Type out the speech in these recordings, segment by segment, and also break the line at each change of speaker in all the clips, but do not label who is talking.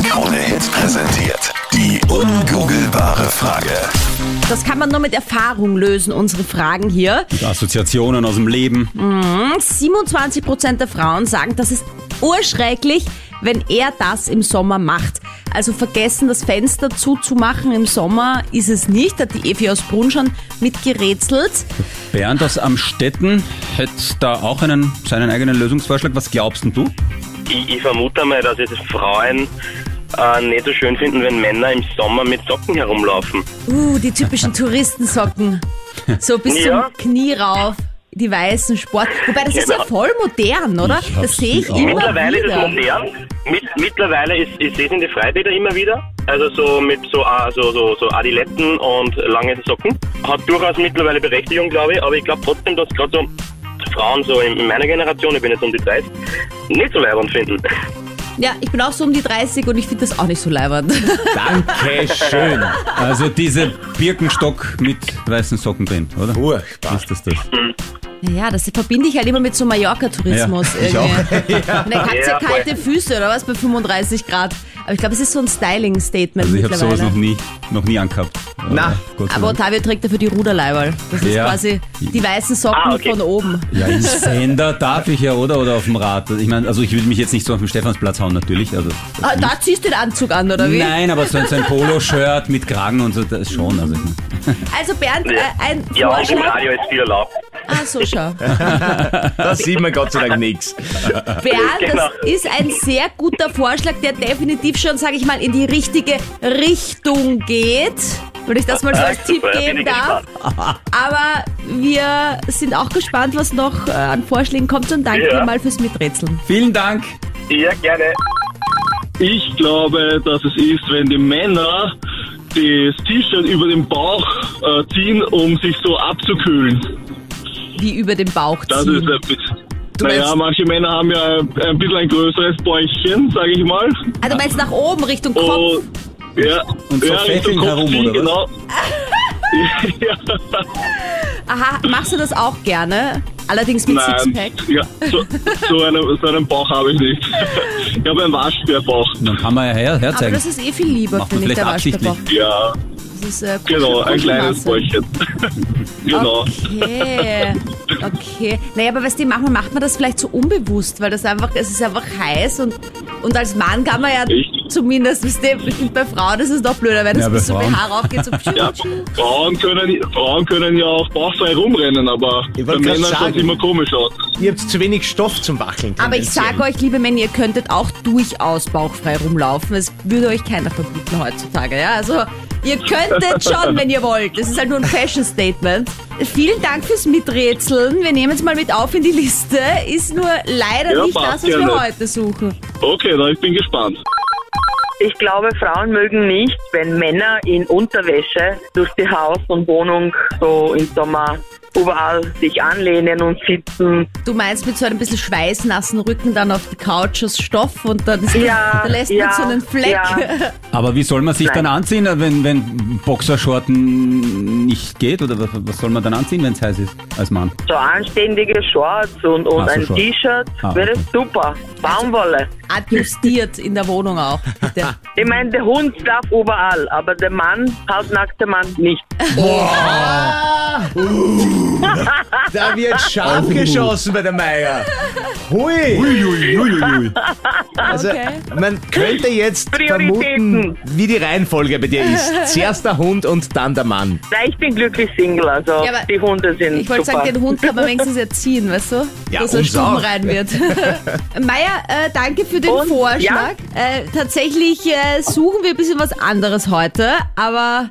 Welt präsentiert. Die ungoogelbare Frage.
Das kann man nur mit Erfahrung lösen, unsere Fragen hier.
Assoziationen aus dem Leben.
27% der Frauen sagen, das ist urschrecklich, wenn er das im Sommer macht. Also vergessen, das Fenster zuzumachen im Sommer ist es nicht. Da hat die Evi aus Brunschan mitgerätselt.
Bernd aus Amstetten hätte da auch einen, seinen eigenen Lösungsvorschlag. Was glaubst denn du?
Ich, ich vermute mal, dass es Frauen äh, nicht so schön finden, wenn Männer im Sommer mit Socken herumlaufen.
Uh, die typischen Touristensocken. So bis
Ja.
zum Knie rauf. Die weißen Sport. Wobei, das ist ja
Genau.
voll modern, oder?
Ich
Das
hab's
sehe ich
auch.
immer
Mittlerweile ist es um
wieder.
modern. Mit, mittlerweile ist, ist es in die Freibäder immer wieder. Also so mit so, äh, so, so, so Adiletten und langen Socken. Hat durchaus mittlerweile Berechtigung, glaube ich. Aber ich glaube trotzdem, dass gerade so Frauen so in meiner Generation, ich bin jetzt um die 30, nicht so leibend finden.
Ja, ich bin auch so um die 30 und ich finde das auch nicht so leibernd.
Danke schön. Also diese Birkenstock mit weißen Socken drin, oder?
Furchtbar.
Ist das das?
Ja, das verbinde ich halt immer mit so Mallorca-Tourismus
Ja, ich
irgendwie. Und dann hat ja
Ja, voll.
kalte Füße oder was bei 35 Grad. Aber ich glaube, es ist so ein Styling-Statement
Also ich habe
mittlerweile.
sowas noch nie, noch nie angehabt.
Na.
Aber Gott sei
Aber
Dank.
Ottavio trägt dafür die Ruderleiberl. Das ist
Ja.
quasi die weißen Socken
Ah, okay.
von oben.
Ja, im Sender darf ich ja, oder? Oder auf dem Rad. Ich meine, also ich will mich jetzt nicht so auf dem Stephansplatz hauen, natürlich. Also,
Ah, da ziehst du den Anzug an, oder wie?
Nein, aber so ein, so ein Poloshirt mit Kragen und so, das schon. Also ich mein,
Also Bernd, äh, ein
Ja, genau, und im
Vorschlag.
Radio ist viel erlaubt.
Ah, so schau.
Da sieht man Gott sei Dank nichts.
Bernd,
Genau.
das ist ein sehr guter Vorschlag, der definitiv schon, sage ich mal, in die richtige Richtung geht. Wenn ich das mal so als
Ah,
Tipp
super, bin
geben
ich
darf. Aber wir sind auch gespannt, was noch äh, an Vorschlägen kommt und danke
Ja.
dir mal fürs Miträtseln.
vielen Dank.
Ja, gerne.
Ich glaube, dass es ist, wenn die Männer das T-Shirt über den Bauch äh, ziehen, um sich so abzukühlen.
Wie über den Bauch
Das
ziehen.
ist ein bisschen. Naja, manche Männer haben ja ein, ein bisschen ein größeres Bäuchchen, sage ich mal.
Ah, du meinst nach oben, Richtung
Oh.
Kopf.
Und, ja,
Und so
ja, Richtung
fächeln
Kopf
herum,
ziehen,
oder
genau. ja,
Aha, machst du das auch gerne? Allerdings mit
nein,
Sixpack.
ja, so, so, einen, so einen Bauch habe ich nicht. Ich habe einen Waschbärbauch.
Dann kann man ja her,
Aber
herzeigen.
das ist eh viel lieber,
Macht man
finde ich, der
vielleicht
Waschbär.
absichtlich.
Ja,
Das ist äh,
genau, ein
Kuschel-
kleines
Kuschelmasse.
Bäuchchen. genau.
Okay, okay. Naja, aber weißt du, manchmal macht man das vielleicht so unbewusst, weil das einfach, es ist einfach heiß und, und als Mann kann man ja
Ich-
zumindest, weißt du, bei Frauen ist es noch blöder, wenn es
Ja, bei
bis zum
Frauen.
BH raufgeht, so pschu,
Ja,
pschu.
Frauen können, Frauen können ja auch bauchfrei rumrennen, aber
Ich
bei
wollte grad
Männern schaut
sagen.
immer komisch aus.
Ihr habt zu wenig Stoff zum Wackeln.
Aber ich sage euch, liebe Männer, ihr könntet auch durchaus bauchfrei rumlaufen. Es würde euch keiner verbieten heutzutage, ja? Also, ihr könntet schon, wenn ihr wollt. Das ist halt nur ein Fashion-Statement. Vielen Dank fürs Miträtseln. Wir nehmen es mal mit auf in die Liste. Ist nur leider
Ja,
nicht das,
passt,
was wir
gerne.
heute suchen.
Okay, na, ich bin gespannt.
Ich glaube, Frauen mögen nicht, wenn Männer in Unterwäsche durch die Haus und Wohnung so im Sommer überall sich anlehnen und sitzen.
Du meinst mit so einem bisschen schweißnassen Rücken dann auf die Couch aus Stoff und dann ist das,
Ja,
da lässt man
ja,
so einen Fleck.
ja.
Aber wie soll man sich dann anziehen, wenn, wenn Boxershorten nicht geht? Oder was, was soll man dann anziehen, wenn es heiß ist, als Mann?
So anständige Shorts und, und
Ah, so
ein
Shorts.
T-Shirt
Ah,
wäre
okay.
super. Baumwolle.
Adjustiert in der Wohnung auch. Bitte.
Ich meine, der Hund darf überall, aber der Mann, halbnackte Mann, nicht.
Ah. Uh. Da wird scharf geschossen bei der Meier. Hui. Also,
Okay.
man könnte jetzt
Prioritäten.
vermuten, wie die Reihenfolge bei dir ist. Zuerst der Hund und dann der Mann.
Na, ich bin glücklich Single, also
Ja, aber
die Hunde sind
Ich wollte
super.
sagen, den Hund kann man wenigstens erziehen, weißt du?
Ja,
Dass er
uns
stumm
auch.
rein wird. Meier, äh, danke für den
Und,
Vorschlag. Äh, tatsächlich äh, suchen wir ein bisschen was anderes heute, aber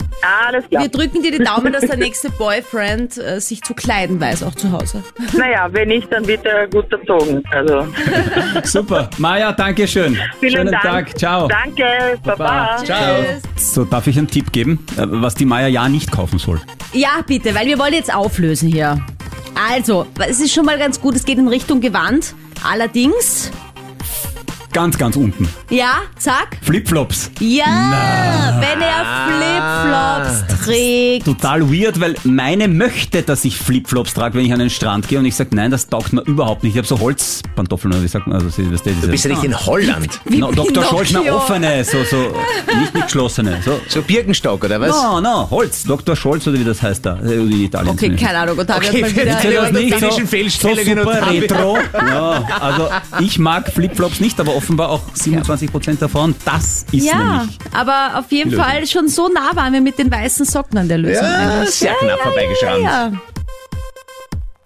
Alles klar.
wir drücken dir die Daumen, dass der nächste Boyfriend äh, sich zu kleiden weiß, auch zu Hause.
Naja, wenn nicht, dann wird er gut erzogen. Also,
Super. Maja, danke schön.
vielen
Schönen
Dank.
Tag. Ciao.
Danke, Baba.
Ciao.
Tschüss.
So, darf ich einen Tipp geben, äh, was die Maja ja nicht kaufen soll?
Ja, bitte, weil wir wollen jetzt auflösen hier. Also, es ist schon mal ganz gut, es geht in Richtung Gewand. Allerdings
Ganz, ganz unten.
Ja, zack.
Flipflops.
Ja, wenn er Flipflops trägt.
Total weird, weil meine möchte, dass ich Flipflops trage, wenn ich an den Strand gehe und ich sage, nein, das taugt mir überhaupt nicht. Ich habe so Holzpantoffeln oder wie sagt man, also sie- was das ist.
Du bist ja nicht in Holland.
Wie
no, Dr. Scholz, na,
Pinocchio.
offene, so, so, nicht mit geschlossene. So.
So Birkenstock, oder was?
No, no, Holz, Dr. Scholz oder wie das heißt da, äh, in Italien.
Okay,
zumindest.
keine Ahnung. Und da
Okay,
wird man
wir
wieder
sind
Ja,
ja
das
nur
nicht so,
technischen
so
Fehlstellungen und
super
Tabi-
retro. Ja, also ich mag Flipflops nicht, aber offenbar auch 27% davon. Das ist
Ja,
nämlich.
aber auf jeden
Lösung.
Fall schon so nah waren wir mit den weißen Socken an der Lösung.
Ja,
eigentlich.
sehr
Ja,
knapp
ja,
vorbeigeschrammt.
Ja, ja.